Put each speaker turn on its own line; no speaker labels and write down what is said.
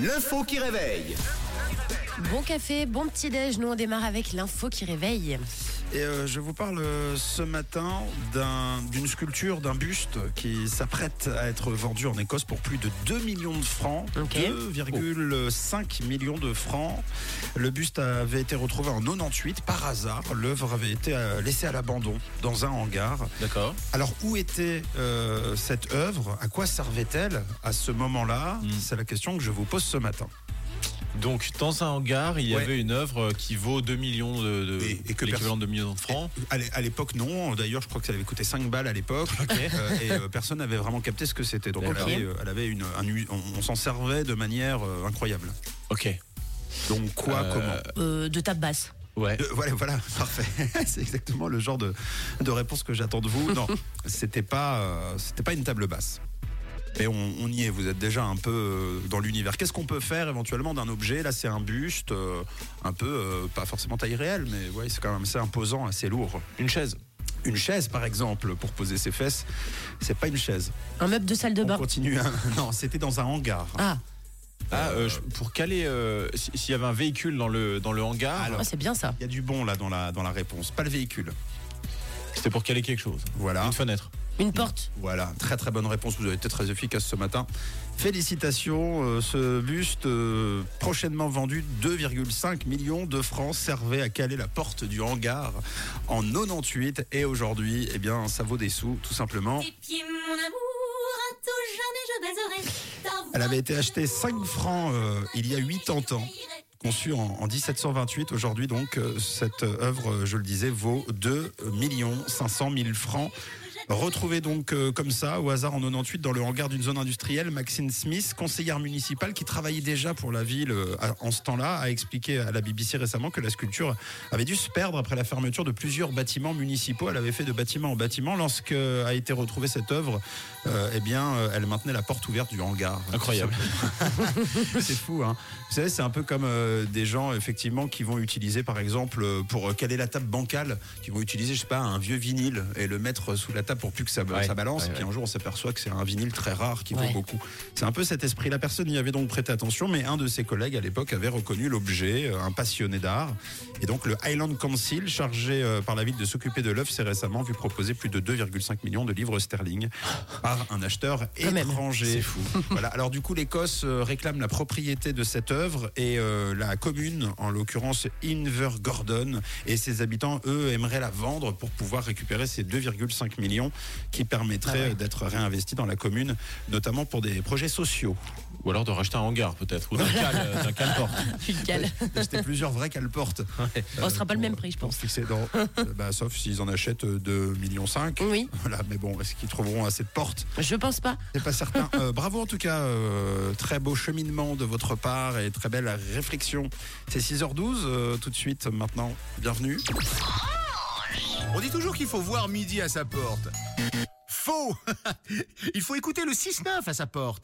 L'info qui réveille.
Bon café, bon petit déj. Nous on démarre avec l'info qui réveille.
Et euh, je vous parle euh, ce matin d'un- d'une sculpture, d'un buste qui s'apprête à être vendu en Écosse pour plus de 2 millions de francs.
Ok.
2,5 millions de francs. Le buste avait été retrouvé en 98 par hasard. L'œuvre avait été euh, laissée à l'abandon dans un hangar.
D'accord.
Alors où était euh, cette œuvre À quoi servait-elle à ce moment-là
Mm.
C'est la question que je vous pose ce matin.
Donc dans un hangar, il y
Ouais.
avait une œuvre qui vaut 2 millions de, de-
Et- et que
l'équivalent de 2 millions de francs.
À l'é- à l'époque, non. D'ailleurs, je crois que ça avait coûté 5 balles à l'époque. Euh, et euh, personne n'avait vraiment capté ce que c'était. Donc, elle
D'accord.
avait, euh, elle avait une, un u- on, on s'en servait de manière euh, incroyable.
Ok.
Donc, quoi,
Euh,
comment
Euh, de table basse.
Ouais.
Euh, voilà, voilà, parfait. c'est exactement le genre de, de réponse que j'attends de vous. Non, c'était pas, euh, c'était pas une table basse. Mais on, on y est, vous êtes déjà un peu euh, dans l'univers. Qu'est-ce qu'on peut faire éventuellement d'un objet Là, c'est un buste, euh, un peu, euh, pas forcément taille réelle, mais ouais, c'est quand même assez imposant, assez lourd.
Une chaise.
Une chaise, par exemple, pour poser ses fesses, c'est pas une chaise.
Un meuble de salle de
On
bain.
continue. hein. Non, c'était dans un hangar.
Ah,
Ah, euh, je- pour caler, euh, si- s'il y avait un véhicule dans le, dans le hangar,
Alors.
oh, c'est bien ça.
Il y a du bon là dans la, dans la réponse. Pas le véhicule.
c'était pour caler quelque chose.
Voilà.
Une fenêtre.
Une porte.
Voilà. Très très bonne réponse. Vous avez été très efficace ce matin. Félicitations. euh, ce buste euh, prochainement vendu 2,5 millions de francs servait à caler la porte du hangar en 98. Et aujourd'hui, eh bien, ça vaut des sous tout simplement.
Tes pieds, mon amour, à tout jamais je baiserai. Ta
Elle
voix
avait été
que
achetée
je
5 francs euh, il y a 80 ans.
trahis.
Conçue en, en 1728, aujourd'hui donc euh, cette œuvre, euh, je le disais, vaut 2 500 000 francs. Retrouvée donc euh, comme ça, au hasard en 98, dans le hangar d'une zone industrielle, Maxine Smith, conseillère municipale qui travaillait déjà pour la ville euh, à- en ce temps-là, a expliqué à la BBC récemment que la sculpture avait dû se perdre après la fermeture de plusieurs bâtiments municipaux. Elle avait fait de bâtiment en bâtiment. Lorsque a été retrouvée cette œuvre, euh, eh bien, euh, elle maintenait la porte ouverte du hangar.
Incroyable.
C'est fou, hein. Vous savez, c'est un peu comme euh, des gens, effectivement, qui vont utiliser, par exemple, euh, pour euh, caler la table bancale, qui vont utiliser, je sais pas, un vieux vinyle et le mettre sous la table pour plus que ça,
Ouais,
ça balance.
ouais,
et puis
ouais.
un jour, on s'aperçoit que c'est un vinyle très rare qui
Ouais.
vaut beaucoup. C'est un peu cet esprit. La personne y avait donc prêté attention, mais un de ses collègues à l'époque avait reconnu l'objet, euh, un passionné d'art. Et donc, le Highland Council, chargé euh, par la ville de s'occuper de l'œuvre, s'est récemment vu proposer plus de 2,5 millions de livres sterling par un acheteur
Quand même.
étranger.
C'est fou.
Voilà. Alors du coup, l'Écosse euh, réclame la propriété de cette œuvre et euh, la commune, en l'occurrence Invergordon, et ses habitants, eux, aimeraient la vendre pour pouvoir récupérer ces 2,5 millions qui permettraient
Ah ouais.
euh, d'être réinvestis dans la commune, notamment pour des projets sociaux.
Ou alors de racheter un hangar peut-être. Ou d'un cale, euh, d'un cale-porte.
Tu le cales.
D'acheter plusieurs vrais caleportes.
Oh, ce sera pas le
pour-
même prix, je
pour
pense.
fixer dans- euh, bah, sauf s'ils en achètent euh, 2,5 millions.
Oui,
Voilà, mais bon, est-ce qu'ils trouveront assez de portes
je pense pas.
C'est pas certain. Euh, bravo en tout cas, euh, très beau cheminement de votre part et très belle réflexion. C'est 6h12 euh, tout de suite maintenant. Bienvenue.
On dit toujours qu'il faut voir midi à sa porte. Faux Il faut écouter le 6-9 à sa porte.